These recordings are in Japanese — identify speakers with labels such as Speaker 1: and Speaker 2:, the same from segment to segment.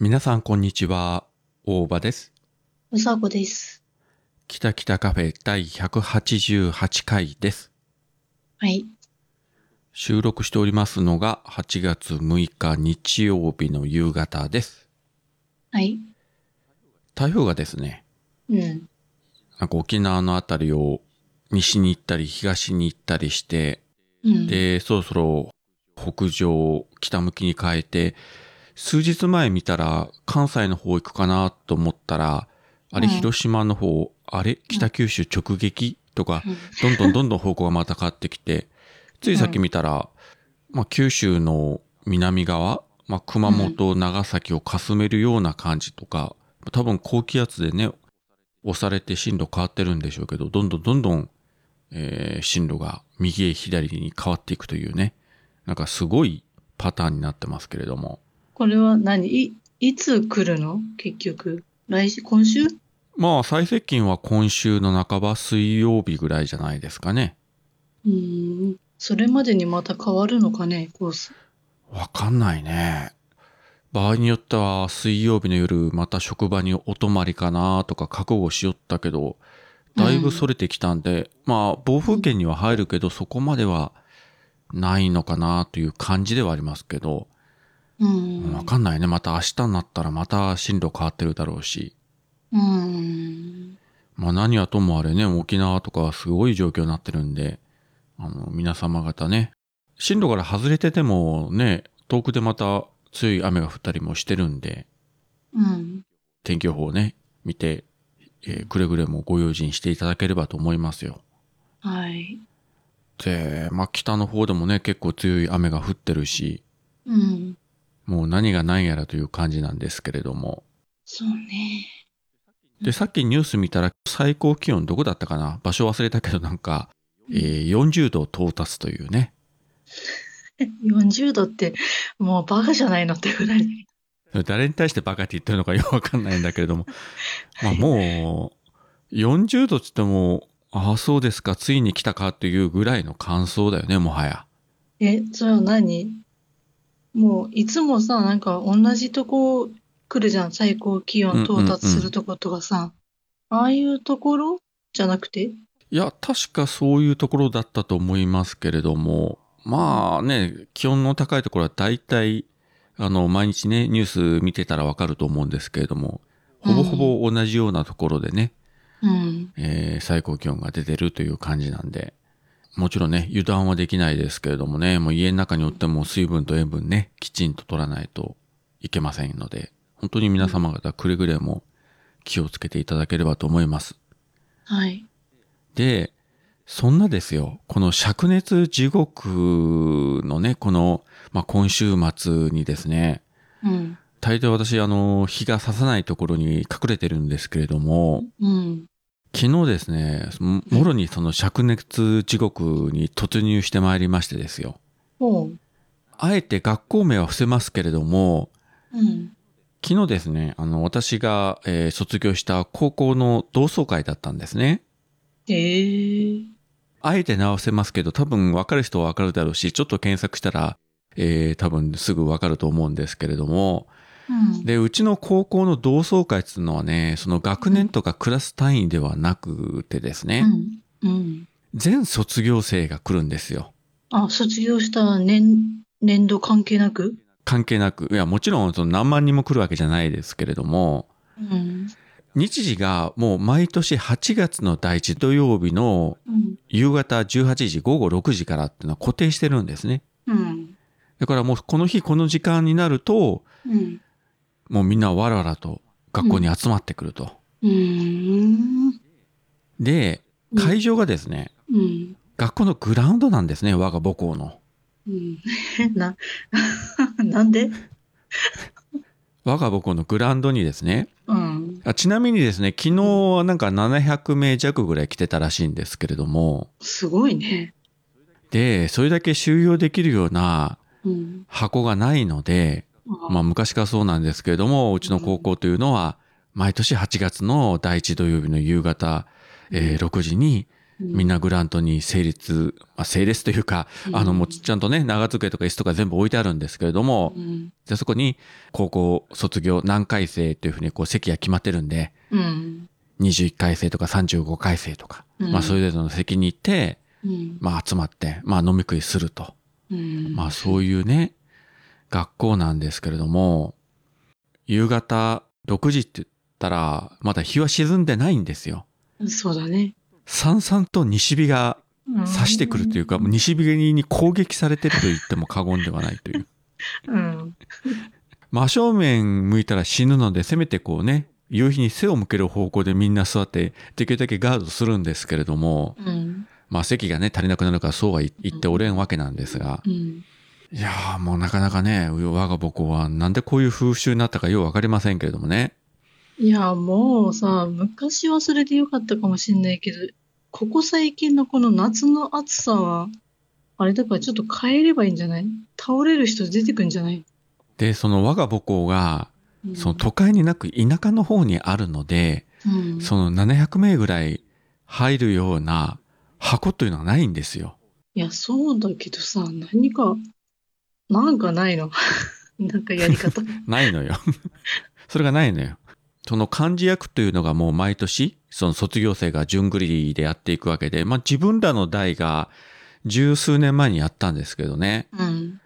Speaker 1: 皆さんこんにちは。大場です。
Speaker 2: うさこです。
Speaker 1: 北北カフェ第188回です。
Speaker 2: はい。
Speaker 1: 収録しておりますのが8月6日日曜日の夕方です。
Speaker 2: はい。
Speaker 1: 台風がですね、
Speaker 2: うん。
Speaker 1: なんか沖縄のあたりを西に行ったり東に行ったりして、
Speaker 2: うん。
Speaker 1: で、そろそろ北上を北向きに変えて、数日前見たら関西の方行くかなと思ったら、あれ
Speaker 2: うん
Speaker 1: 広島の方、あれ北九州直撃とか、
Speaker 2: う
Speaker 1: どん
Speaker 2: ん
Speaker 1: どんどんどん方向がまた変わってきて、ついさっき見たら、まあ九州の南側、まあ熊本、長崎をかすめるような感じとか、多分高気圧でね、押されて進路変わってるんでしょうけど、どんどんどんどん、えー進路が右へ左に変わっていくというね、なんかすごいパターンになってますけれども、
Speaker 2: これは何い、いつ来るの結局。来週、今週
Speaker 1: まあ最接近は今週の半ば水曜日ぐらいじゃないですかね。
Speaker 2: うん。それまでにまた変わるのかね、コース。
Speaker 1: わかんないね。場合によっては水曜日の夜また職場にお泊まりかなとか覚悟しよったけど、だいぶそれてきたんで、まあ暴風圏には入るけどそこまではないのかなという感じではありますけど、
Speaker 2: うん。
Speaker 1: わかんないね。また明日になったらまた進路変わってるだろうし。
Speaker 2: うん。
Speaker 1: まあ何はともあれね、沖縄とかはすごい状況になってるんで、あの、皆様方ね、進路から外れててもね、遠くでまた強い雨が降ったりもしてるんで、
Speaker 2: うん。
Speaker 1: 天気予報をね、見て、えーくれぐれもご用心していただければと思いますよ。
Speaker 2: はい。
Speaker 1: で、まあ北の方でもね、結構強い雨が降ってるし、
Speaker 2: うん。
Speaker 1: もう何が何やらという感じなんですけれども。
Speaker 2: そうね。
Speaker 1: で、さっきニュース見たら最高気温どこだったかな場所忘れたけどなんか、えー40度到達というね。
Speaker 2: 40度って、もうバカじゃないのってぐらい。
Speaker 1: 誰に対してバカって言ってるのかよくわかんないんだけれども、まあもう、40度っつっても、ああ、そうですか、ついに来たかというぐらいの感想だよね、もはや。
Speaker 2: え、それは何もう、いつもさ、なんか同じとこ来るじゃん。最高気温到達するとことかさ。ああいうところじゃなくて
Speaker 1: いや、確かそういうところだったと思いますけれども、まあね、気温の高いところは大体、あの、毎日ね、ニュース見てたらわかると思うんですけれども、ほぼほぼ同じようなところでね、
Speaker 2: うん。
Speaker 1: えー最高気温が出てるという感じなんで、もちろんね、油断はできないですけれどもね、もう家の中におっても水分と塩分ね、きちんと取らないといけませんので、本当に皆様方くれぐれも気をつけていただければと思います。
Speaker 2: はい。
Speaker 1: で、そんなですよ、この灼熱地獄のね、この、まあ、今週末にですね、
Speaker 2: うん。
Speaker 1: 大抵私、あの、日が差さないところに隠れてるんですけれども、
Speaker 2: うん。
Speaker 1: 昨日ですね、ももろにその灼熱地獄に突入してまいりましてですよ。
Speaker 2: ほう。
Speaker 1: あえて学校名は伏せますけれども、
Speaker 2: うん。
Speaker 1: 昨日ですね、あの、私が、えー卒業した高校の同窓会だったんですね。
Speaker 2: えー。
Speaker 1: あえて直せますけど、多分分かる人は分かるだろうし、ちょっと検索したら、えー多分すぐ分かると思うんですけれども、
Speaker 2: うん。
Speaker 1: で、うちの高校の同窓会っていうのはね、その学年とかクラス単位ではなくてです
Speaker 2: う
Speaker 1: ね、
Speaker 2: ん。うん。
Speaker 1: 全卒業生が来るんですよ。
Speaker 2: あ、卒業した年、年度関係なく
Speaker 1: 関係なく、いや、もちろんその何万人も来るわけじゃないですけれども、
Speaker 2: うん。
Speaker 1: 日時がもう毎年8月の第1土曜日の
Speaker 2: うん。
Speaker 1: 夕方18時、午後6時からっていうのは固定してるんですね。
Speaker 2: うん。
Speaker 1: だからもうこの日この時間になると、
Speaker 2: うん。
Speaker 1: もうみんなわらわらと学校に集まってくると。
Speaker 2: うーん。
Speaker 1: で、会場がですね、
Speaker 2: うん。
Speaker 1: 学校のグラウンドなんですね、我が母校の。
Speaker 2: うん。 な、なんで
Speaker 1: 我が母校のグラウンドにですね、
Speaker 2: うん。
Speaker 1: あちなみにですね、昨日はなんか700名弱ぐらい来てたらしいんですけれども、
Speaker 2: すごいね。
Speaker 1: で、それだけ収容できるような
Speaker 2: うん。
Speaker 1: 箱がないので、まあ昔からそうなんですけれども、うちの高校というのは、毎年8月の第1土曜日の夕方、えー6時に、みんなグラントに整列、まあ、整列というか、
Speaker 2: うん
Speaker 1: あの、もうちゃんとね、長机とか椅子とか全部置いてあるんですけれども、
Speaker 2: うん。
Speaker 1: じゃあそこに、高校卒業何回生というふうにこう席が決まってるんで、
Speaker 2: うん。
Speaker 1: 21回生とか35回生とか、
Speaker 2: うん
Speaker 1: まあそれぞれの席に行って、
Speaker 2: うん。
Speaker 1: まあ集まって、まあ飲み食いすると。
Speaker 2: うん。
Speaker 1: まあそういうね、学校なんですけれども、夕方6時って言ったら、まだ日は沈んでないんですよ。
Speaker 2: そうだね。
Speaker 1: さんさんと西日が
Speaker 2: うん
Speaker 1: 差してくるというか、もう西日に攻撃されてると言っても過言ではないという。
Speaker 2: うん。
Speaker 1: 真正面向いたら死ぬので、せめてこうね、夕日に背を向ける方向でみんな座って、できるだけガードするんですけれども、
Speaker 2: うん。
Speaker 1: まあ席がね、足りなくなるからそうは言言っておれんわけなんですが
Speaker 2: う、ん。
Speaker 1: いやーもうなかなかね、我が母校はなんでこういう風習になったかようわかりませんけれどもね。
Speaker 2: いや、もうさ、昔はそれでよかったかもしんないけど、ここ最近のこの夏の暑さは、あれだからちょっと変えればいいんじゃない倒れる人出てくんじゃない、
Speaker 1: で、その我が母校が、
Speaker 2: うん、
Speaker 1: その都会になく田舎の方にあるので、
Speaker 2: うん、
Speaker 1: その700名ぐらい入るような箱というのはないんですよ。
Speaker 2: いや、そうだけどさ、何か、なんかないのなんかやり方。
Speaker 1: ないのよ。 それがないのよ。その漢字役というのがもう毎年、その卒業生が順繰りでやっていくわけで、まあ自分らの代が十数年前にやったんですけどね。
Speaker 2: うん。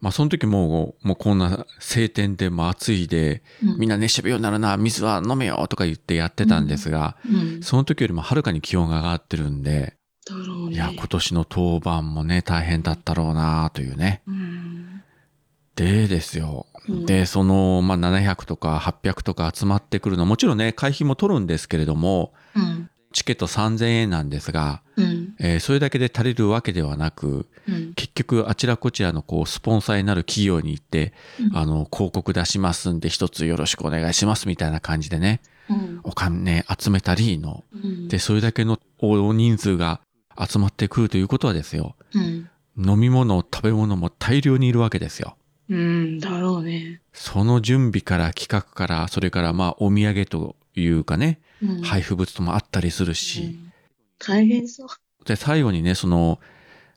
Speaker 1: まあその時もう、もうこんな晴天でもう暑いで、
Speaker 2: うん
Speaker 1: みんな熱射病になるな、水は飲めよとか言ってやってたんですが、
Speaker 2: うん。だ
Speaker 1: その時よりもはるかに気温が上がってるんで、
Speaker 2: ろう
Speaker 1: いや、
Speaker 2: ね。
Speaker 1: 今年の当番もね、大変だったろうなというね。
Speaker 2: うん。
Speaker 1: でですよ。
Speaker 2: うん
Speaker 1: で、その、まあ、700とか800とか集まってくるのもちろんね、会費も取るんですけれども、
Speaker 2: うん。
Speaker 1: チケット3000円なんですが、
Speaker 2: うん。
Speaker 1: えーそれだけで足りるわけではなく、
Speaker 2: うん。
Speaker 1: 結局あちらこちらのこう、スポンサーになる企業に行って、あの、広告出しますんで一つよろしくお願いしますみたいな感じでね、
Speaker 2: うん。
Speaker 1: お金集めたりの、
Speaker 2: うん。
Speaker 1: で、それだけの大人数が集まってくるということはですよ、
Speaker 2: うん。
Speaker 1: 飲み物、食べ物も大量にいるわけですよ。
Speaker 2: うん。だろうね。
Speaker 1: その準備から企画から、それからまあお土産というかね、
Speaker 2: うん。
Speaker 1: 配布物ともあったりする
Speaker 2: う
Speaker 1: し、
Speaker 2: ん大変そう。
Speaker 1: で、最後にね、その、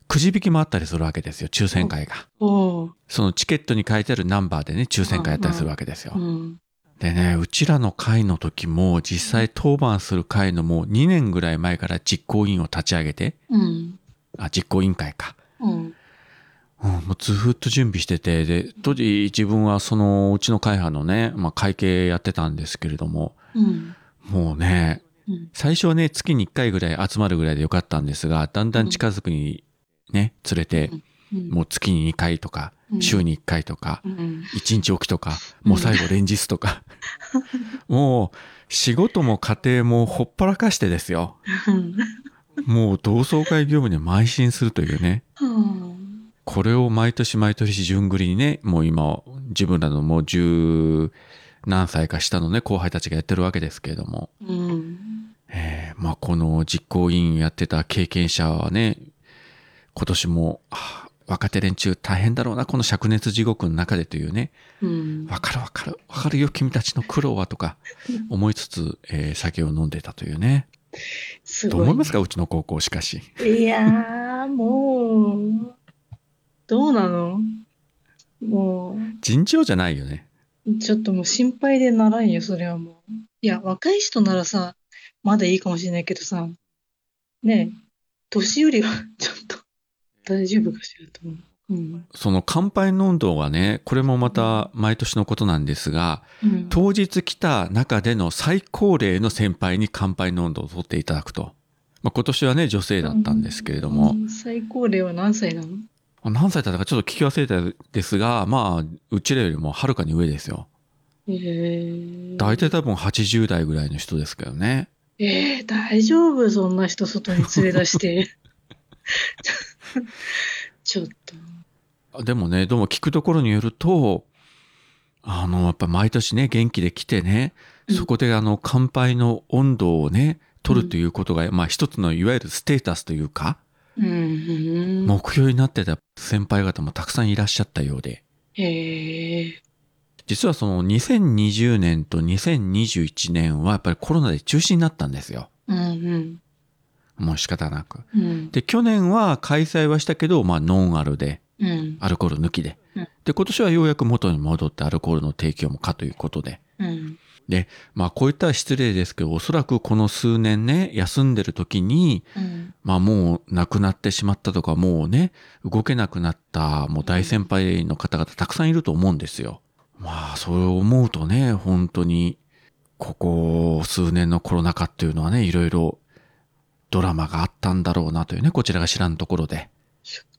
Speaker 1: くじ引きもあったりするわけですよ、抽選会が。
Speaker 2: おう。
Speaker 1: そのチケットに書いてあるナンバーでね、抽選会やったりするわけですよ
Speaker 2: う。ん。
Speaker 1: でね、うちらの会の時も、実際当番する会のもう2年ぐらい前から実行委員を立ち上げて、
Speaker 2: うん。
Speaker 1: あ、実行委員会か。
Speaker 2: うん。
Speaker 1: うん、もうずーっと準備してて、で、当時自分はそのうちの会派のね、まあ会計やってたんですけれども、
Speaker 2: うん。
Speaker 1: もうね、
Speaker 2: うん。
Speaker 1: 最初はね、月に1回ぐらい集まるぐらいでよかったんですが、だんだん近づくにね、連れて、
Speaker 2: うん。
Speaker 1: もう月に2回とか、
Speaker 2: うん
Speaker 1: 週に1回とか、
Speaker 2: うん。
Speaker 1: 1日おきとか、もう最後連日とか、もう仕事も家庭もほっぽらかしてですよ。もう同窓会業務に邁進するというね。
Speaker 2: うん。
Speaker 1: これを毎年毎年順繰りにね、もう今、自分らのもう十何歳か下のね、後輩たちがやってるわけですけれども、
Speaker 2: うん。
Speaker 1: えーまあこの実行委員やってた経験者はね、今年も、あ若手連中大変だろうな、この灼熱地獄の中でというね、
Speaker 2: うん。
Speaker 1: わかるわかる、わかるよ、君たちの苦労はとか思いつつ、えー酒を飲んでたというね。
Speaker 2: す
Speaker 1: どう
Speaker 2: ご
Speaker 1: 思
Speaker 2: い
Speaker 1: いますか、うちの高校しかし。
Speaker 2: いやー、もう、どうなのも
Speaker 1: 尋常じゃないよね。
Speaker 2: う、ちょっともう心配でならんよ、それはもう。いや、若い人ならさ、まだいいかもしれないけどさ、ねえ、年寄りは ちょっと大丈夫かしらと思う。うん。
Speaker 1: その乾杯の運動はね、これもまた毎年のことなんですが、
Speaker 2: うん、
Speaker 1: 当日来た中での最高齢の先輩に乾杯の温度を取っていただくと。まあ、今年はね、女性だったんですけれども、
Speaker 2: うん最高齢は何歳なの
Speaker 1: 何歳だったかちょっと聞き忘れたですが、まあ、うちらよりもはるかに上ですよ。
Speaker 2: えー、
Speaker 1: 大体多分80代ぐらいの人ですけどね。
Speaker 2: えー、大丈夫そんな人外に連れ出 して。ちょっと。
Speaker 1: でもね、どうも聞くところによると、あの、やっぱ毎年ね、元気で来てね、
Speaker 2: うん
Speaker 1: そこであの、乾杯の温度をね、取るということが、まあ一つのいわゆるステータスというか、
Speaker 2: うんうん。
Speaker 1: 目標になってた先輩方もたくさんいらっしゃったようで、
Speaker 2: へえ。
Speaker 1: 実はその2020年と2021年はやっぱりコロナで中止になったんですよ。
Speaker 2: うんうん。
Speaker 1: もう仕方なく。
Speaker 2: うん。
Speaker 1: で、去年は開催はしたけど、まあ、ノンアルで、
Speaker 2: うん。
Speaker 1: アルコール抜きで
Speaker 2: うん。
Speaker 1: で、今年はようやく元に戻ってアルコールの提供もかということで。
Speaker 2: うん。
Speaker 1: まあ、こういったら失礼ですけど、おそらくこの数年ね、休んでる時に、
Speaker 2: うん。
Speaker 1: まあもう亡くなってしまったとか、もうね、動けなくなった、もう大先輩の方々たくさんいると思うんですよ。まあ、そう思うとね、本当に、ここ数年のコロナ禍っていうのはね、いろいろドラマがあったんだろうなというね、こちらが知らんところで。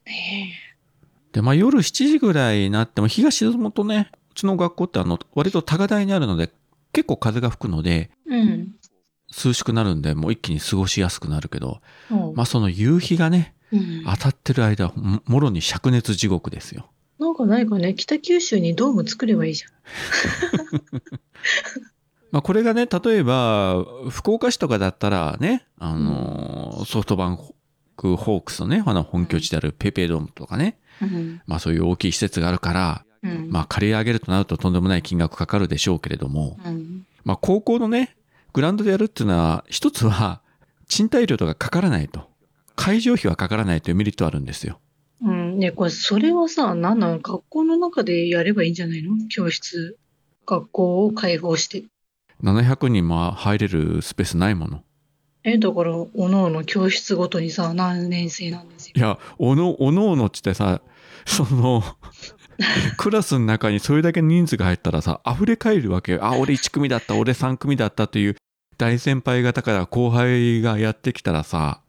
Speaker 2: ね
Speaker 1: で、まあ夜7時ぐらいになっても、日が沈むとね、うちの学校ってあの、割と高台にあるので、結構風が吹くので、
Speaker 2: えうん。
Speaker 1: 涼しくなるんで、もう一気に過ごしやすくなるけど、
Speaker 2: そう
Speaker 1: まあその夕日がね、
Speaker 2: うん
Speaker 1: 当たってる間、ももろに灼熱地獄ですよ。
Speaker 2: なんかないかね、北九州にドーム作ればいいじゃん。
Speaker 1: まあこれがね、例えば、福岡市とかだったらね、あのーソフトバンクホークスのね、あの本拠地であるペイペイドームとかね、
Speaker 2: うん。
Speaker 1: まあそういう大きい施設があるから、
Speaker 2: うん。
Speaker 1: まあ借り上げるとなるととんでもない金額かかるでしょうけれども、
Speaker 2: うん。
Speaker 1: まあ高校のね、グラウンドでやるっていうのは、一つは、賃貸料とかかからないと。会場費はかからないというメリットはあるんですよ。
Speaker 2: うん。ねえこれ、それはさ、なんなの学校の中でやればいいんじゃないの教室。学校を開放して。
Speaker 1: 700人も入れるスペースないもの。
Speaker 2: え、だから、おのおの教室ごとにさ、何年生なん です
Speaker 1: い
Speaker 2: よ。
Speaker 1: や、おの、おのおのっつってさ、 その、クラスの中にそれだけ人数が入ったらさ、溢れ返るわけよ。あ、俺1組だった、俺3組だったという大先輩方から後輩がやってきたらさ、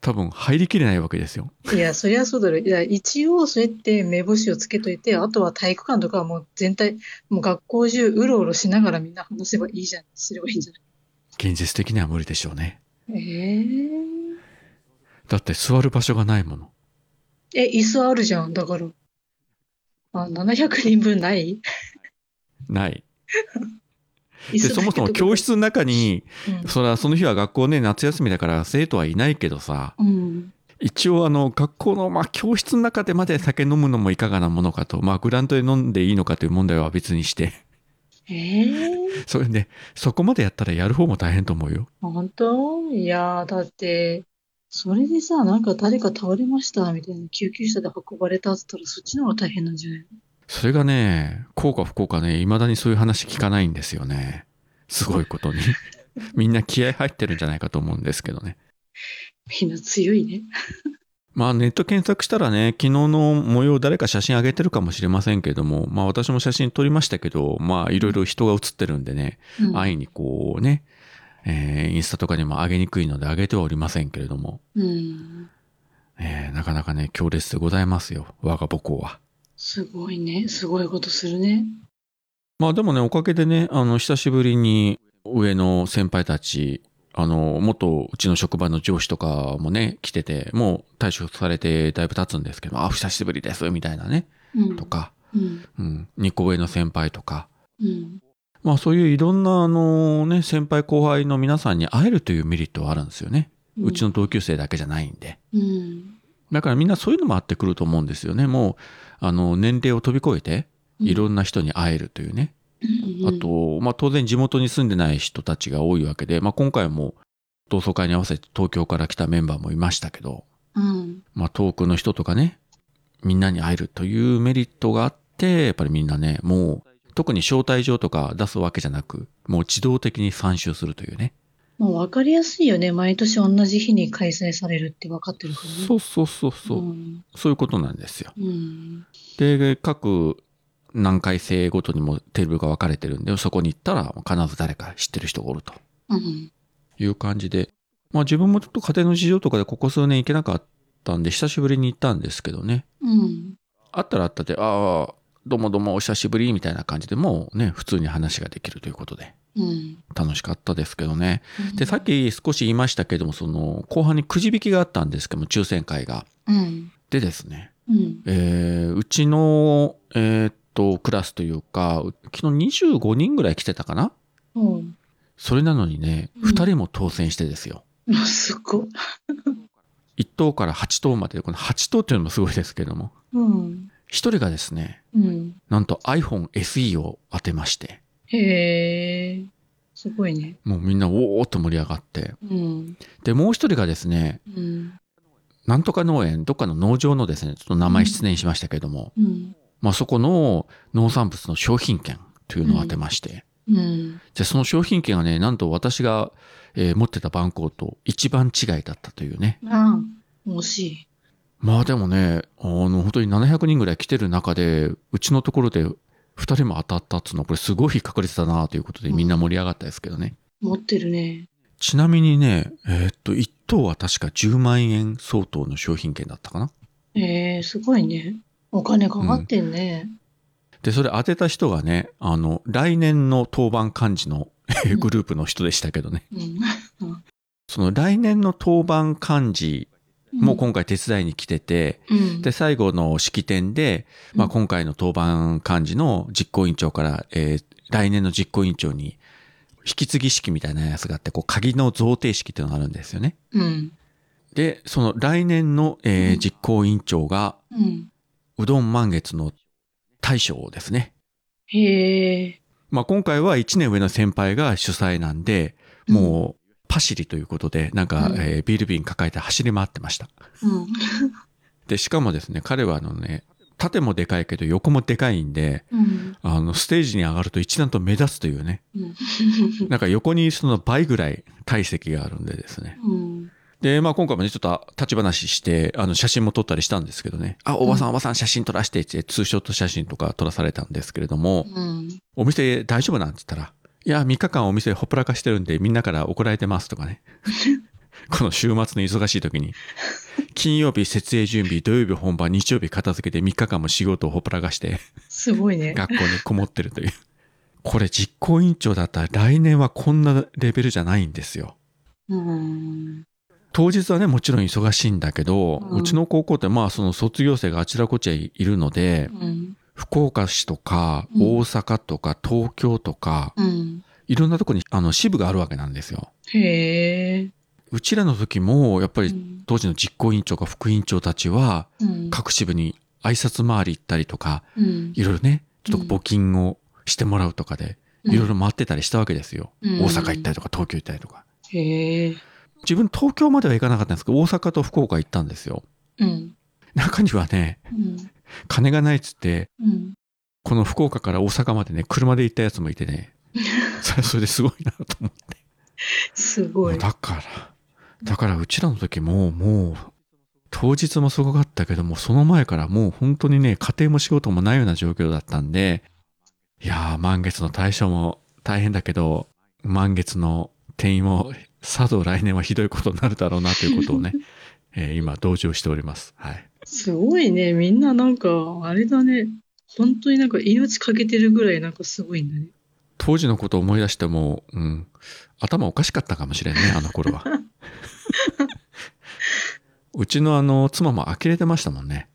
Speaker 1: 多分入りきれないわけですよ。
Speaker 2: いや、そりゃそうだろ。いや、一応、そうやって目星をつけといて、あとは体育館とかはもう全体、もう学校中、うろうろしながらみんな話せばいいじゃん。すればいいんじゃ
Speaker 1: 現実的には無理でしょうね。
Speaker 2: ないえー
Speaker 1: だって座る場所がないもの。
Speaker 2: え、椅子あるじゃん。だから。あ、700人分ない
Speaker 1: ない。
Speaker 2: 椅
Speaker 1: で、
Speaker 2: 子
Speaker 1: そもそも教室の中に、
Speaker 2: うん
Speaker 1: そら、その日は学校ね、夏休みだから生徒はいないけどさ、
Speaker 2: うん。
Speaker 1: 一応あの、学校の、まあ、教室の中でまで酒飲むのもいかがなものかと、まあ、グラウンドで飲んでいいのかという問題は別にして、
Speaker 2: えー、
Speaker 1: それね、そこまでやったらやる方も大変と思うよ。
Speaker 2: 本当いやー、だって、それでさ、なんか誰か倒れましたみたいな、救急車で運ばれたっつったら、そっちの方が大変なんじゃない
Speaker 1: それがね、効果不効果ね、未だにそういう話聞かないんですよね。すごいことに。みんな気合入ってるんじゃないかと思うんですけどね。
Speaker 2: みんな強いね。
Speaker 1: まあネット検索したらね、昨日の模様誰か写真上げてるかもしれませんけども、まあ私も写真撮りましたけど、まあいろいろ人が写ってるんでね、
Speaker 2: うん
Speaker 1: 安易にこうね、えーインスタとかにも上げにくいので上げてはおりませんけれども、
Speaker 2: うん。
Speaker 1: えーなかなかね、強烈でございますよ。我が母校は。
Speaker 2: すごいね。すごいことするね。
Speaker 1: まあでもね、おかげでね、あの、久しぶりに上の先輩たち、あの、元うちの職場の上司とかもね、来てて、もう退職されてだいぶ経つんですけど、あ、お久しぶりです、みたいなね、
Speaker 2: うん。
Speaker 1: とか、
Speaker 2: うん。
Speaker 1: うん、2個上の先輩とか、
Speaker 2: うん。
Speaker 1: まあそういういろんなあのね、先輩後輩の皆さんに会えるというメリットはあるんですよね。うちの同級生だけじゃないんで。
Speaker 2: うん、
Speaker 1: だからみんなそういうのもあってくると思うんですよね。もう、あの、年齢を飛び越えて、いろんな人に会えるというね。
Speaker 2: うん、
Speaker 1: あと、まあ当然地元に住んでない人たちが多いわけで、まあ今回も同窓会に合わせて東京から来たメンバーもいましたけど、
Speaker 2: うん、
Speaker 1: まあ遠くの人とかね、みんなに会えるというメリットがあって、やっぱりみんなね、もう特に招待状とか出すわけじゃなく、もう自動的に参集するというね。
Speaker 2: もう分かりやすいよね。毎年同じ日に開催されるって分かってるからね。
Speaker 1: そうそうそうそう、
Speaker 2: うん。
Speaker 1: そういうことなんですよ。
Speaker 2: うん。
Speaker 1: で、各何回生ごとにもテーブルが分かれてるんで、そこに行ったら必ず誰か知ってる人がおると。
Speaker 2: うん。
Speaker 1: いう感じで、まあ自分もちょっと家庭の事情とかでここ数年行けなかったんで、久しぶりに行ったんですけどね。
Speaker 2: うん。
Speaker 1: あったらあったで、ああ、どうもどうもお久しぶりみたいな感じでもうね、普通に話ができるということで、
Speaker 2: うん。
Speaker 1: 楽しかったですけどね。で、さっ、き少し言いましたけども、その、後半にくじ引きがあったんですけども、抽選会が。
Speaker 2: うん。
Speaker 1: でですね、
Speaker 2: うん。
Speaker 1: えー、うちの、えーっと、クラスというか、昨日25人ぐらい来てたかな
Speaker 2: うん。
Speaker 1: それなのにね、
Speaker 2: うん
Speaker 1: 2人も当選してですよ。
Speaker 2: うん。すごい。
Speaker 1: 1等から8等まで、この8等っていうのもすごいですけども、
Speaker 2: うん。
Speaker 1: 1人がですね、
Speaker 2: うん。
Speaker 1: なんと iPhone SE を当てまして、
Speaker 2: へえ。すごいね。
Speaker 1: もうみんなおーっと盛り上がって。
Speaker 2: うん。
Speaker 1: で、もう一人がですね、
Speaker 2: うん。
Speaker 1: なんとか農園、どっかの農場のですね、ちょっと名前失念しましたけども、
Speaker 2: うん。
Speaker 1: まあそこの農産物の商品券というのを当てまして、
Speaker 2: うん。
Speaker 1: で、その商品券がね、なんと私が、えー持ってた番号と一番違いだったというね。
Speaker 2: ああ、惜しい。
Speaker 1: まあでもね、あの、本当に700人ぐらい来てる中で、うちのところで2人も当たったっつうのは、これすごい確率だなということでみんな盛り上がったですけどね。
Speaker 2: 持ってるね。
Speaker 1: ちなみにね、えーっと、1等は確か10万円相当の商品券だったかな。
Speaker 2: ええすごいね。お金かかってんね。
Speaker 1: で、それ当てた人がね、あの、来年の当番幹事のえー
Speaker 2: うん
Speaker 1: グループの人でしたけどね。
Speaker 2: うん。
Speaker 1: その来年の当番幹事も今回手伝いに来てて、
Speaker 2: うん。
Speaker 1: で、最後の式典で、まあ、
Speaker 2: うん
Speaker 1: 今回の当番幹事の実行委員長から、えー来年の実行委員長に、引き継ぎ式みたいなやつがあって、こう、鍵の贈呈式っていうのがあるんですよね。
Speaker 2: うん。
Speaker 1: で、その来年の、えー
Speaker 2: うん
Speaker 1: 実行委員長が、
Speaker 2: うん。
Speaker 1: うどん満月の大将をですね。
Speaker 2: へえ。
Speaker 1: まあ、今回は1年上の先輩が主催なんで、もう、パシリということで、なんか、
Speaker 2: うん
Speaker 1: えービール瓶抱えて走り回ってました。
Speaker 2: うん。
Speaker 1: で、しかもですね、彼はあのね、縦もでかいけど横もでかいんで、
Speaker 2: うん。
Speaker 1: あの、ステージに上がると一段と目立つというね。
Speaker 2: うん。
Speaker 1: なんか横にその倍ぐらい体積があるんでですね。
Speaker 2: うん。
Speaker 1: で、まあ今回もね、ちょっと立ち話して、あの、写真も撮ったりしたんですけどね。あ、おばさん、おばさん、写真撮らせてって、ツーショット写真とか撮らされたんですけれども、
Speaker 2: うん。
Speaker 1: お店大丈夫なんつったら、いや、3日間お店ほっぽらかしてるんで、みんなから怒られてますとか ね。この週末の忙しい時に。金曜日設営準備、土曜日本番、日曜日片付けて3日間も仕事をほっぽらかして、
Speaker 2: すごいね。
Speaker 1: 学校にこもってるという。これ実行委員長だったら来年はこんなレベルじゃないんですよ。
Speaker 2: うん。
Speaker 1: 当日はね、もちろん忙しいんだけど、う
Speaker 2: うん
Speaker 1: ちの高校ってまあその卒業生があちらこちらいるので、
Speaker 2: うん。
Speaker 1: 福岡市とか
Speaker 2: うん
Speaker 1: 大阪とか東京とか、
Speaker 2: うん。
Speaker 1: いろんなとこにあの支部があるわけなんですよ。
Speaker 2: へえ。
Speaker 1: うちらの時もやっぱ
Speaker 2: う
Speaker 1: り
Speaker 2: ん。
Speaker 1: 当時の実行委員長か副委員長たちは
Speaker 2: うん。
Speaker 1: 各支部に挨拶回り行ったりとか、
Speaker 2: うん。
Speaker 1: いろいろね、ちょっと募金をしてもらうとかで、いろいろ回ってたりしたわけですよ。
Speaker 2: うん
Speaker 1: 大阪行ったりとか東京行ったりとか。
Speaker 2: へえ。
Speaker 1: 自分東京までは行かなかったんですけど、大阪と福岡行ったんですよ。
Speaker 2: うん。
Speaker 1: 中にはね、
Speaker 2: うん。
Speaker 1: 金がないっつって、
Speaker 2: うん。
Speaker 1: この福岡から大阪までね、車で行ったやつもいて ね、それはそれですごいなと思って。
Speaker 2: すご
Speaker 1: も。
Speaker 2: いう
Speaker 1: だから、だからうちらの時も、もう、当日もすごかったけども、その前からもう本当にね、家庭も仕事もないような状況だったんで、いやー、満月の対象も大変だけど、満月の店員も、さぞ来年はひどいことになるだろうなということをね、 えー今、同情しております。はい。
Speaker 2: すごいね。みんななんか、あれだね。本当になんか命かけてるぐらいなんかすごいんだね。
Speaker 1: 当時のことを思い出しても、うん、頭おかしかったかもしれん ね、あの頃は。うちのあの、妻も呆れてましたもんね。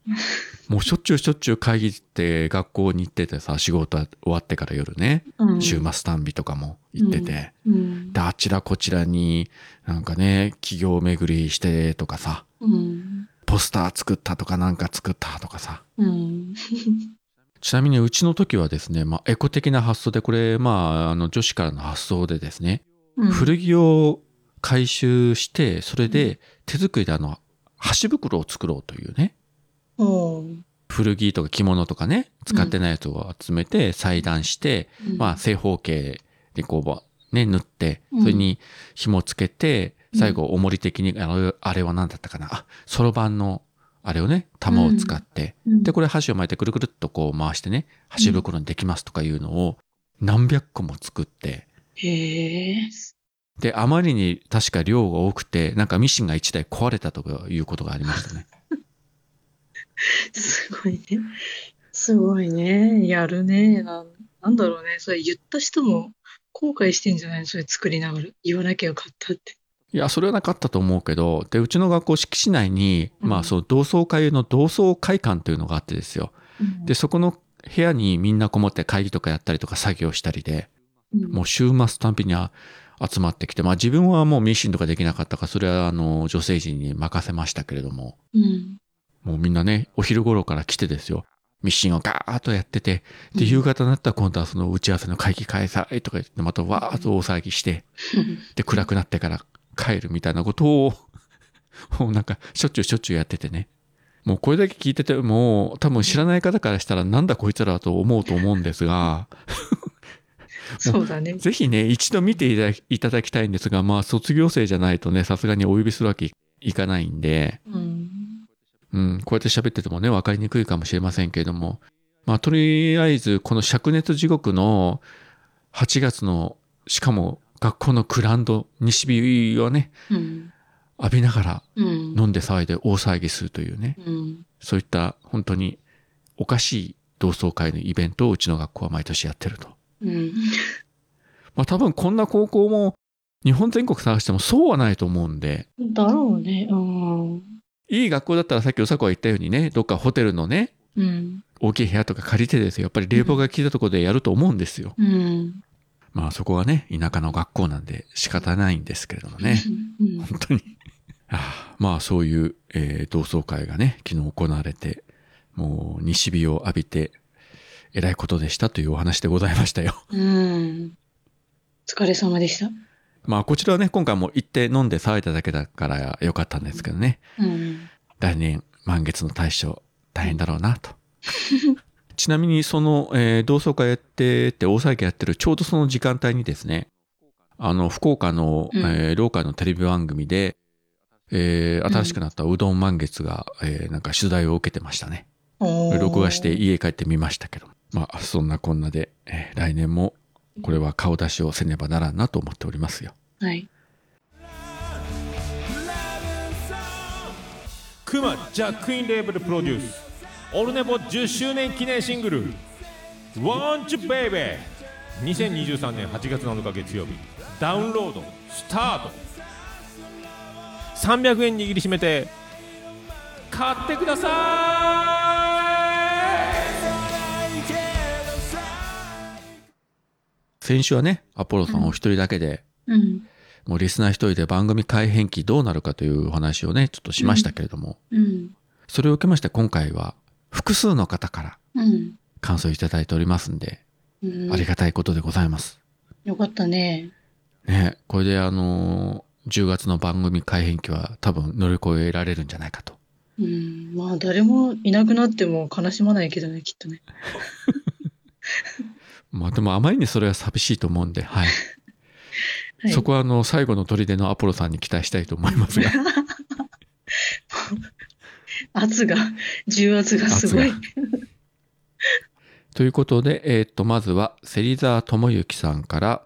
Speaker 1: もうしょっちゅうしょっちゅう会議って学校に行っててさ、仕事終わってから夜ね、
Speaker 2: うん。
Speaker 1: 週末単日とかも行ってて、
Speaker 2: うん
Speaker 1: で、。あちらこちらになんかね、企業巡りしてとかさ、
Speaker 2: うん。
Speaker 1: ポスター作ったとかなんか作ったとかさ、
Speaker 2: うん。
Speaker 1: ちなみにうちの時はですね、まあエコ的な発想で、これまああの女子からの発想でですね、
Speaker 2: うん
Speaker 1: 古着を回収して、それで手作りであの、箸袋を作ろうというね、
Speaker 2: おう
Speaker 1: 古着とか着物とかね、使ってないやつを集めて裁断して、
Speaker 2: うん
Speaker 1: まあ正方形でこう、ね、塗って、
Speaker 2: うん
Speaker 1: それに紐つけて、
Speaker 2: うん
Speaker 1: 最後、重り的に、あのあれは何だったかな、あ、そろばんの、あれをね、玉を使って、
Speaker 2: うん
Speaker 1: で、これ箸を巻いてくるくるっとこう回してね、箸袋にできますとかいうのを何百個も作って、
Speaker 2: へえ。
Speaker 1: で、あまりに確か量が多くて、なんかミシンが1台壊れたとかいうことがありました ね。
Speaker 2: すごいね。すごいね。やるね。なんなんだろうね。それ言った人も後悔してんじゃないのそれ作りながら。言わなきゃよかったって。
Speaker 1: いや、それはなかったと思うけど、で、うちの学校敷地内に、
Speaker 2: うん
Speaker 1: まあ、その同窓会の同窓会館というのがあってですよ。で、そこの部屋にみんなこもって会議とかやったりとか作業したりで、
Speaker 2: うん、
Speaker 1: もう週末たんびにあ集まってきて、まあ自分はもうミシンとかできなかったから、それはあの、女性陣に任せましたけれども、
Speaker 2: うん、
Speaker 1: もうみんなね、お昼頃から来てですよ。ミシンをガーッとやってて、で、夕方になったら今度はその打ち合わせの会議開催とか言って、またわーっと大騒ぎして、で、暗くなってから帰るみたいなことを、 もうなんか、しょっちゅうしょっちゅうやっててね。もうこれだけ聞いてても、多分知らない方からしたらなんだこいつらと思うと思うんですが、
Speaker 2: そうだね。
Speaker 1: ぜひね、一度見ていただきいただきたいんですが、まあ、卒業生じゃないとね、さすがにお呼びするわけいかないんで、
Speaker 2: うん。
Speaker 1: うん、こうやって喋っててもね、わかりにくいかもしれませんけれども、まあ、とりあえず、この灼熱地獄の8月の、しかも学校のグラウンド、西日をね、
Speaker 2: うん。
Speaker 1: 浴びながら
Speaker 2: うん。
Speaker 1: 飲んで騒いで大騒ぎするというね、
Speaker 2: うん。
Speaker 1: そういった本当におかしい同窓会のイベントをうちの学校は毎年やってると。
Speaker 2: うん。
Speaker 1: まあ多分こんな高校も日本全国探してもそうはないと思うんで、
Speaker 2: だろうね。うん。
Speaker 1: いい学校だったらさっきうさこが言ったようにね、どっかホテルのね、
Speaker 2: うん。
Speaker 1: 大きい部屋とか借りてですよ。やっぱり冷房が効いたところでやると思うんですよ。
Speaker 2: うん。
Speaker 1: まあそこはね、田舎の学校なんで仕方ないんですけれどもね。
Speaker 2: うん。
Speaker 1: 本当に。ああまあそういう、えー同窓会がね、昨日行われて、もう西日を浴びて、えらいことでしたというお話でございましたよ。
Speaker 2: うん。疲れ様でした。
Speaker 1: まあこちらはね、今回も行って飲んで騒いだだけだからよかったんですけどね。
Speaker 2: うん。
Speaker 1: 来年満月の対象大変だろうなと ちなみにその、えー同窓会やってて大騒ぎやってるちょうどその時間帯にですねあの福岡の、
Speaker 2: うん
Speaker 1: えーローカルのテレビ番組で、えー新しくなったうどん満月が、えーなんか取材を受けてましたね録画して家帰ってみましたけどまあそんなこんなで、えー来年もこれは顔出しをせねばならんなと思っておりますよ
Speaker 2: はい。
Speaker 3: クマジャックインレーベルプロデュースオルネポ10周年記念シングル「WANTYOU BABY」2023年8月7日月曜日ダウンロードスタート300円握りしめて買ってくださ
Speaker 1: 先週はねアポロさんお一人だけで、
Speaker 2: うん。
Speaker 1: もうリスナー一人で番組改編期どうなるかというお話をね、ちょっとしましたけれども、
Speaker 2: うん。
Speaker 1: それを受けまして今回は複数の方から
Speaker 2: うん。
Speaker 1: 感想いただいておりますんで、
Speaker 2: うん
Speaker 1: ありがたいことでございます。
Speaker 2: よかったね。
Speaker 1: ね、これであのー10月の番組改編期は多分乗り越えられるんじゃないかと。
Speaker 2: うん。まあ、誰もいなくなっても悲しまないけどね、きっとね。
Speaker 1: まあでもあまりにそれは寂しいと思うんで、はい。
Speaker 2: はい
Speaker 1: そこはあの、最後の砦のアポロさんに期待したいと思いますが、
Speaker 2: 圧が、 重圧がすごい。
Speaker 1: ということで、えーっと、まずは、芹沢智之さんから、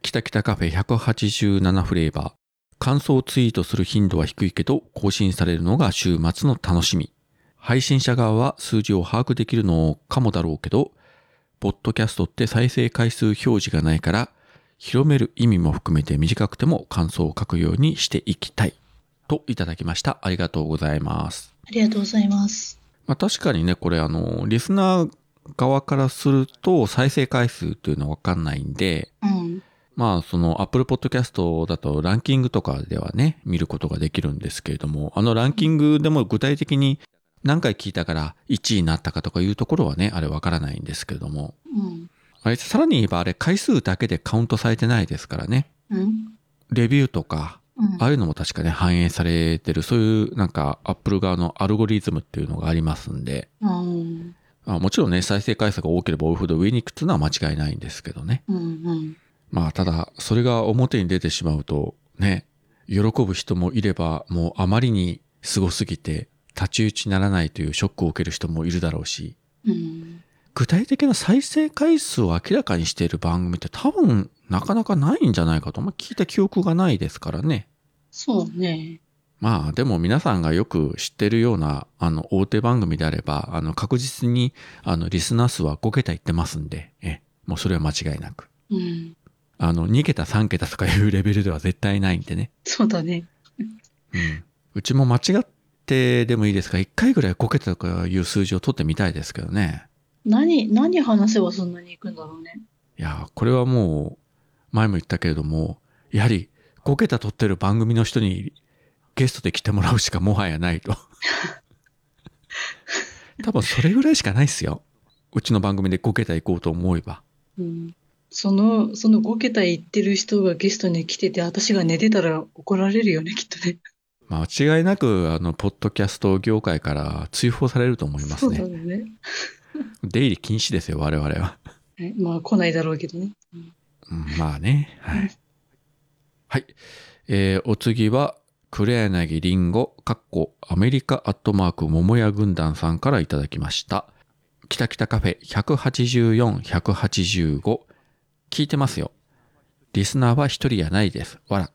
Speaker 1: きたきたカフェ187フレーバー。感想をツイートする頻度は低いけど、更新されるのが週末の楽しみ。配信者側は数字を把握できるのかもだろうけど、ポッドキャストって再生回数表示がないから、広める意味も含めて短くても感想を書くようにしていきたい。といただきました。ありがとうございます。
Speaker 2: ありがとうございます。
Speaker 1: まあ、確かにね、これあの、リスナー側からすると再生回数というのはわかんないんで、
Speaker 2: うん。
Speaker 1: まあその Apple Podcast だとランキングとかではね、見ることができるんですけれども、あのランキングでも具体的に何回聞いたから1位になったかとかいうところはね、あれわからないんですけれども、
Speaker 2: うん。
Speaker 1: あれさらに言えばあれ回数だけでカウントされてないですからね、
Speaker 2: うん。
Speaker 1: レビューとか、
Speaker 2: うん。
Speaker 1: ああいうのも確かね、反映されてる、そういうなんか Apple 側のアルゴリズムっていうのがありますんで、
Speaker 2: うん。
Speaker 1: あもちろんね、再生回数が多ければ多いほど上に行くっていうのは間違いないんですけどね。
Speaker 2: うん。
Speaker 1: まあ、ただ、それが表に出てしまうと、ね、喜ぶ人もいれば、もうあまりに凄すぎて、立ち打ちならないというショックを受ける人もいるだろうし、
Speaker 2: うん。
Speaker 1: 具体的な再生回数を明らかにしている番組って多分、なかなかないんじゃないかと。まあ、聞いた記憶がないですからね。
Speaker 2: そうね。
Speaker 1: まあ、でも皆さんがよく知ってるような、あの、大手番組であれば、あの、確実に、あの、リスナー数は5桁いってますんで、え、もうそれは間違いなく。
Speaker 2: うん。
Speaker 1: あの、2桁、3桁とかいうレベルでは絶対ないんでね。
Speaker 2: そうだね。
Speaker 1: うん。うちも間違ってでもいいですが、1回ぐらい5桁とかいう数字を取ってみたいですけどね。
Speaker 2: 何、何話せばそんなにいくんだろうね。
Speaker 1: いやー、これはもう、前も言ったけれども、やはり5桁取ってる番組の人 にゲストで来てもらうしかもはやないと。多分それぐらいしかないっすよ。うちの番組で5桁行こうと思えば。
Speaker 2: うんその、その5桁いってる人がゲストに来てて、私が寝てたら怒られるよね、きっとね。
Speaker 1: まあ間違いなく、あの、ポッドキャスト業界から追放されると思います
Speaker 2: そうだ
Speaker 1: ね。
Speaker 2: ね。
Speaker 1: 出入り禁止ですよ、我々は。
Speaker 2: はいまあ来ないだろうけどね。
Speaker 1: うんまあね。はい。はい。えーお次は、黒柳りんご、かっこ、アメリカアットマーク、桃屋軍団さんからいただきました。きたきたカフェ184、185。聞いてますよ。リスナーは一人やないです。わら。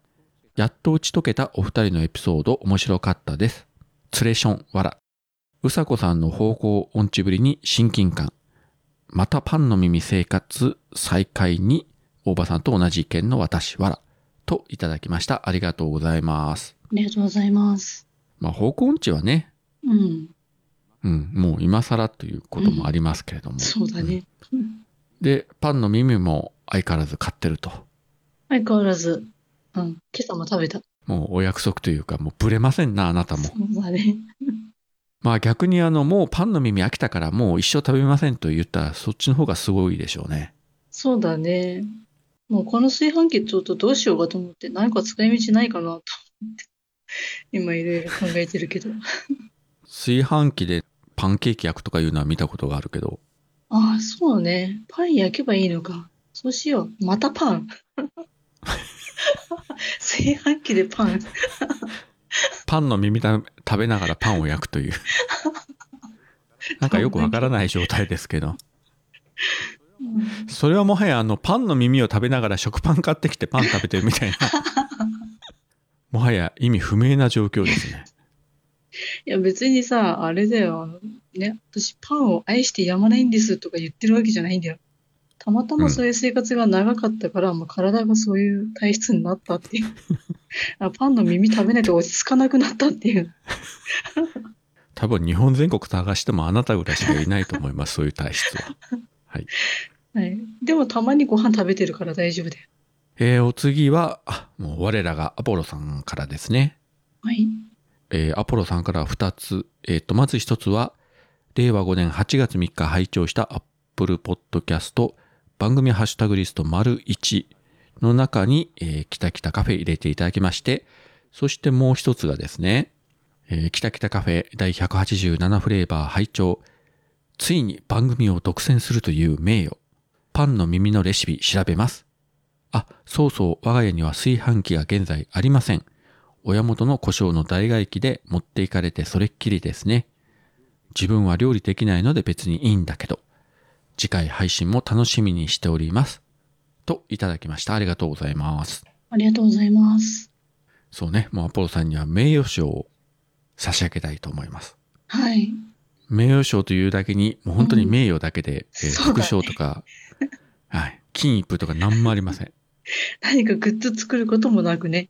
Speaker 1: やっと打ち解けたお二人のエピソード、面白かったです。ツレション、わら。うさこさんの方向音痴ぶりに親近感。またパンの耳生活再開に、大場さんと同じ意見の私、わら。といただきました。ありがとうございます。
Speaker 2: ありがとうございます。
Speaker 1: まあ、方向音痴はね、
Speaker 2: うん。
Speaker 1: うん、もう今更ということもありますけれども。
Speaker 2: そうだね。
Speaker 1: で、パンの耳も相変わらず買ってると。
Speaker 2: 相変わらず、うん。今朝も食べた。
Speaker 1: もうお約束というか、もうぶれませんな、あなたも
Speaker 2: そ。うだね。
Speaker 1: まあ逆にあの、もうパンの耳飽きたからもう一生食べませんと言ったら、そっちの方がすごいでしょうね。
Speaker 2: そうだね。もうこの炊飯器ちょっとどうしようかと思って、何か使い道ないかなと思って、今いろいろ考えてるけど。
Speaker 1: 炊飯器でパンケーキ焼くとかいうのは見たことがあるけど、
Speaker 2: ああ、そうね。パン焼けばいいのか。そうしよう。またパン。炊飯器でパン。
Speaker 1: パンの耳だ食べながらパンを焼くという。なんかよくわからない状態ですけど。それはもはやあのパンの耳を食べながら食パン買ってきてパン食べてるみたいな。もはや意味不明な状況ですね。
Speaker 2: いや別にさ、あれだよ。あのね、私パンを愛してやまないんですとか言ってるわけじゃないんだよ。たまたまそういう生活が長かったから、もう体がそういう体質になったっていう。あパンの耳食べないと落ち着かなくなったっていう。
Speaker 1: 多分日本全国探してもあなたぐらいしかいないと思います、そういう体質は。はい。
Speaker 2: はい。でもたまにご飯食べてるから大丈夫だよ。
Speaker 1: えーお次は、あ、もう我らがアポロさんからですね。
Speaker 2: はい。
Speaker 1: えーアポロさんから2つ。えっ、と、まず1つは、令和5年8月3日拝聴した Apple Podcast 番組ハッシュタグリスト丸1の中に、えー、キタキタカフェ入れていただきまして、そしてもう1つがですね、えー、キタキタカフェ第187フレーバー拝聴ついに番組を独占するという名誉。パンの耳のレシピ調べます。あ、そうそう、我が家には炊飯器が現在ありません。親元の故障の代替機で持っていかれてそれっきりですね。自分は料理できないので別にいいんだけど、次回配信も楽しみにしております。といただきました。ありがとうございます。
Speaker 2: ありがとうございます。
Speaker 1: そうね、もうアポロさんには名誉賞を差し上げたいと思います。
Speaker 2: はい。
Speaker 1: 名誉賞というだけに、もう本当に名誉だけで、えー
Speaker 2: そうだね
Speaker 1: 副賞とか、はい、金一封とか何もありません。
Speaker 2: 何かグッズ作ることもなくね。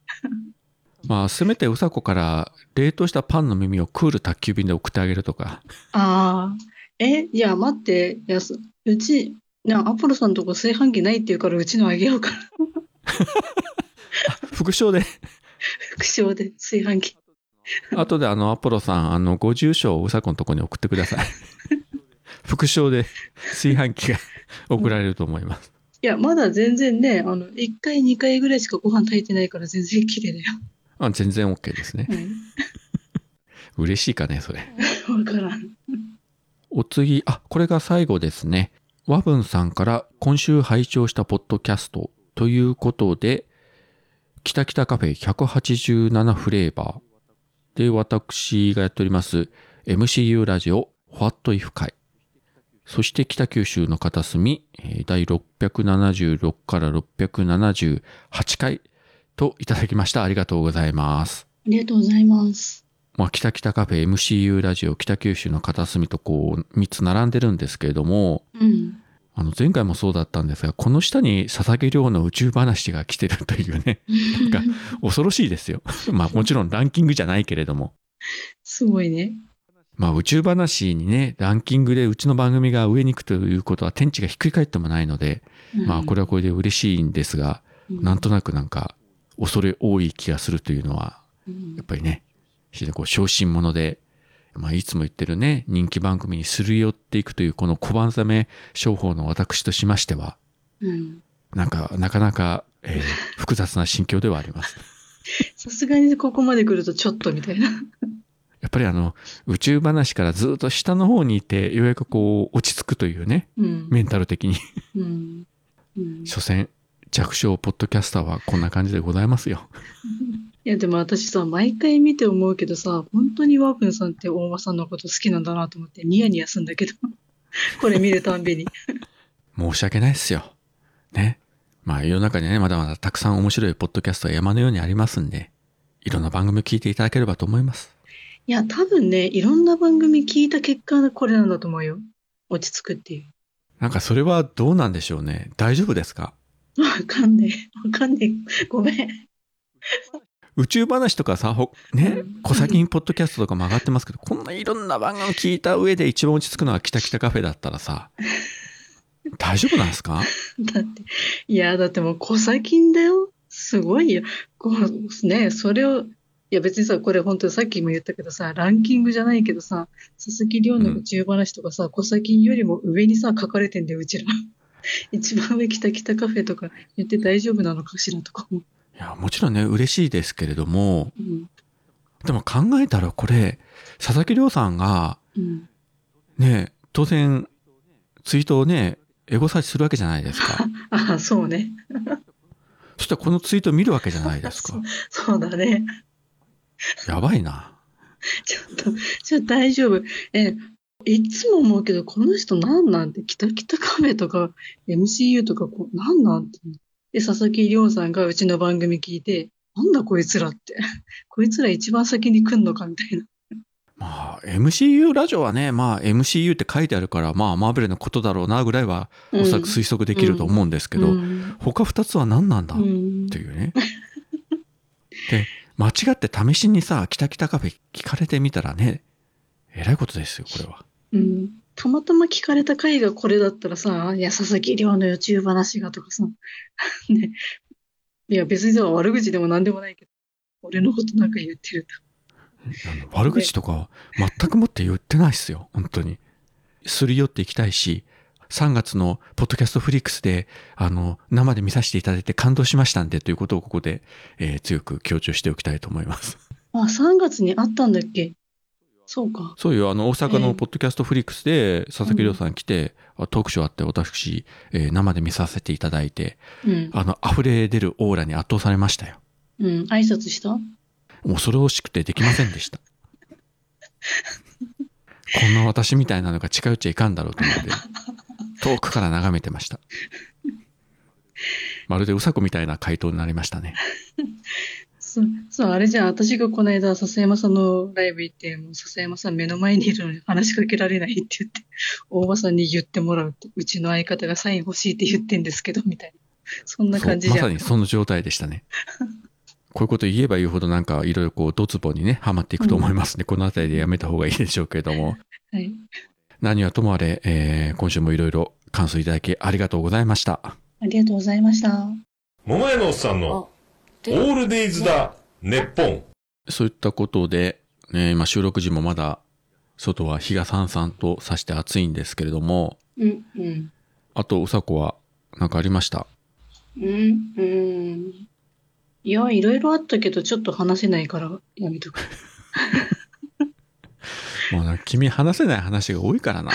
Speaker 1: まあ、せめてうさこから冷凍したパンの耳をクール宅急便で送ってあげるとか。
Speaker 2: ああ。え、いや、待って。いや、そうち、なアポロさんのとこ炊飯器ないって言うから、うちのあげようかな。
Speaker 1: 副賞で、
Speaker 2: 副賞で炊飯器。
Speaker 1: 後であの、アポロさん、あの、ご住所をうさこのとこに送ってください。副賞で炊飯器が 送られると思います。
Speaker 2: いや、まだ全然ね、あの、1回、2回ぐらいしかご飯炊いてないから全然綺麗だよ。
Speaker 1: あ全然 OK ですね。
Speaker 2: はい
Speaker 1: 嬉しいかね、それ。。
Speaker 2: わからん。
Speaker 1: お次、あ、これが最後ですね。和文さんから今週拝聴したポッドキャストということで、きたきたカフェ187フレーバーで私がやっております MCU ラジオ What If 会。そして北九州の片隅、えー第676から678回といただきました。ありがとうございます。
Speaker 2: ありがとうございます。
Speaker 1: まあ、北北カフェ MCU ラジオ北九州の片隅とこう3つ並んでるんですけれども、
Speaker 2: うん。
Speaker 1: あの前回もそうだったんですが、この下に佐々木亮の宇宙話が来てるというね、なんか恐ろしいですよ。まあもちろんランキングじゃないけれども。
Speaker 2: すごいね。
Speaker 1: まあ宇宙話にね、ランキングでうちの番組が上に行くということは天地がひっくり返ってもないので、まあこれはこれで嬉しいんですが、
Speaker 2: れ
Speaker 1: なんとなくなんか恐れ多い気がするというのは
Speaker 2: うん
Speaker 1: やっぱりね、非常にこう、小心者で、まあ、いつも言ってるね、人気番組にすり寄っていくという、この小判ざめ商法の私としましては、
Speaker 2: うん。
Speaker 1: なんか、なかなか、えー複雑な心境ではあります。
Speaker 2: さすがにここまで来るとちょっとみたいな。
Speaker 1: やっぱりあの、宇宙話からずっと下の方にいて、ようやくこう、落ち着くというね、
Speaker 2: うん。
Speaker 1: メンタル的に。
Speaker 2: うん。うん、い
Speaker 1: 所詮、弱小ポッドキャスターはこんな感じでございますよ。
Speaker 2: やでも私さ毎回見て思うけどさ本当にワープンさんって大間さんのこと好きなんだなと思ってニヤニヤするんだ けどこれ見るたんびに
Speaker 1: 申し訳ないっすよ。ね。まあ世の中にはね、まだまだたくさん面白いポッドキャストは山のようにありますんで、いろんな番組聞いていただければと思います。
Speaker 2: いや多分ねいろんな番組聞いた結果これなんだと思うよ落ち着くっていう
Speaker 1: なんかそれはどうなんでしょうね。大丈夫ですか
Speaker 2: わかんねえ。わかんねえ。ごめん。
Speaker 1: 宇宙話とかさ、ほね
Speaker 2: うん、
Speaker 1: 小先ポッドキャストとかも上がってますけど、こんないろんな番組聞いた上で一番落ち着くのはキタキタカフェだったらさ、大丈夫なんですか
Speaker 2: だって、いや、だってもう小先だよ。すごいよ。こう、ね、それを、いや別にさ、これ本当にさっきも言ったけどさ、ランキングじゃないけどさ、佐々木亮の宇宙話とかさ、小先よりも上にさ、書かれてんだよ、うちら。 一番上、北北カフェとか言って大丈夫なのかしらとかも。
Speaker 1: いや、もちろんね、嬉しいですけれども、
Speaker 2: うん。
Speaker 1: でも考えたらこれ、佐々木亮さんが、
Speaker 2: うん。
Speaker 1: ねえ当然ツイートをねエゴサーチするわけじゃないです か
Speaker 2: ああ、そうね。
Speaker 1: そしたらこのツイートを見るわけじゃないですか
Speaker 2: そうだね。
Speaker 1: やばいな
Speaker 2: ちょっと、ちょっと大丈夫。え、いつも思うけど、この人なんなんて、キタキタカフェとか、MCU とか、こう、なんなんて。で、佐々木亮さんがうちの番組聞いて、なんだこいつらって。 こいつら一番先に来んのかみたいな。
Speaker 1: まあ MCU ラジオはねまあ MCU って書いてあるからまあマーベルのことだろうなぐらいはおそらく推測できると思うんですけど、
Speaker 2: うん
Speaker 1: 他2つは何なんだっ
Speaker 2: うん
Speaker 1: ていうねで間違って試しにさ「キタキタカフェ」聞かれてみたらねえらいことですよこれは
Speaker 2: うんたまたま聞かれた回がこれだったらさ、いや、佐々木亮の宇宙話がとかさ、 ね。いや、別にさ、悪口でも何でもないけど、俺のことなんか言ってる
Speaker 1: あの悪口とか全くもって言ってないっすよ、本当に。すり寄っていきたいし、3月のポッドキャストフリックスで、あの、生で見させていただいて感動しましたんで、ということをここで、えー強く強調しておきたいと思います。
Speaker 2: あ、3月にあったんだっけそうか。
Speaker 1: そういう、あの、大阪
Speaker 2: え
Speaker 1: の
Speaker 2: え
Speaker 1: ポッドキャストフリックスで、佐々木亮さん来て、あトークショーあって、私、えー生で見させていただいて、
Speaker 2: うん。
Speaker 1: あの、溢れ出るオーラに圧倒されましたよ。
Speaker 2: うん。挨拶した
Speaker 1: もう恐ろしくてできませんでした。こんな私みたいなのが近寄っちゃいかんだろうと思って、遠くから眺めてました。まるでうさこみたいな回答になりましたね。
Speaker 2: そう、そう、あれじゃん。私がこの間、笹山さんのライブ行って、もう笹山さん目の前にいるのに話しかけられないって言って、 大場さんに言ってもらうって、うちの相方がサイン欲しいって言ってんですけど、みたいな。そんな
Speaker 1: そう
Speaker 2: 感
Speaker 1: ま
Speaker 2: じじゃ
Speaker 1: さ
Speaker 2: ん。
Speaker 1: にその状態でしたね。こういうこと言えば言うほどなんかいろいろこうドツボにね、ハマっていくと思いますね。この辺りでやめた方がいいでしょうけれども。
Speaker 2: はい。
Speaker 1: 何はともあれ、えー今週もいろいろ感想いただきありがとうございました。
Speaker 2: ありがとうございました。
Speaker 4: 桃屋のおっさんの、オ
Speaker 5: で
Speaker 4: ールデイズだ、ネッポン。
Speaker 1: そういったことで、ね、今収録時もまだ外は日がさんさんとさして暑いんですけれども、
Speaker 2: うん、うん。
Speaker 1: あと、うさこは何かありました
Speaker 2: うん、うん。いや、いろいろあったけど、ちょっと話せないから、やめとく。
Speaker 1: もうなんか君話せない話が多いからな。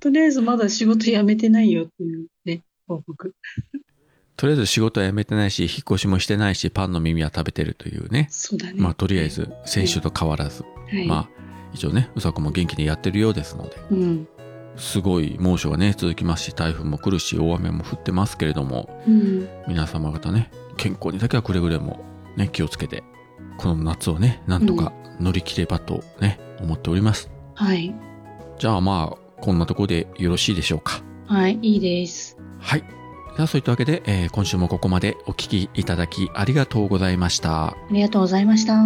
Speaker 2: とりあえずまだ仕事辞めてないよっていうね、報告。
Speaker 1: とりあえず仕事は辞めてないし、引っ越しもしてないし、パンの耳は食べてるというね。
Speaker 2: そうだね。
Speaker 1: まあ、とりあえず先週と変わらず、
Speaker 2: はい。
Speaker 1: まあ、一応ね、うさこも元気にやってるようですので、
Speaker 2: うん。
Speaker 1: すごい猛暑がね、続きますし、台風も来るし、大雨も降ってますけれども、
Speaker 2: うん。
Speaker 1: 皆様方ね健康にだけはくれぐれもね気をつけてこの夏をねなんとか乗り切ればとね、思っております
Speaker 2: はい。
Speaker 1: じゃあまあこんなところでよろしいでしょうか
Speaker 2: はい、いいです。
Speaker 1: はいじゃあそういったわけで、えー今週もここまでお聞きいただきありがとうございました
Speaker 2: ありがとうございました。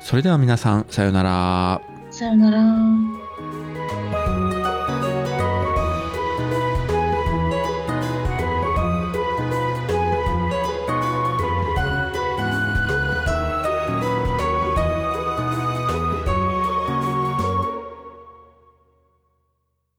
Speaker 1: それでは皆さんさようなら
Speaker 2: さよなら。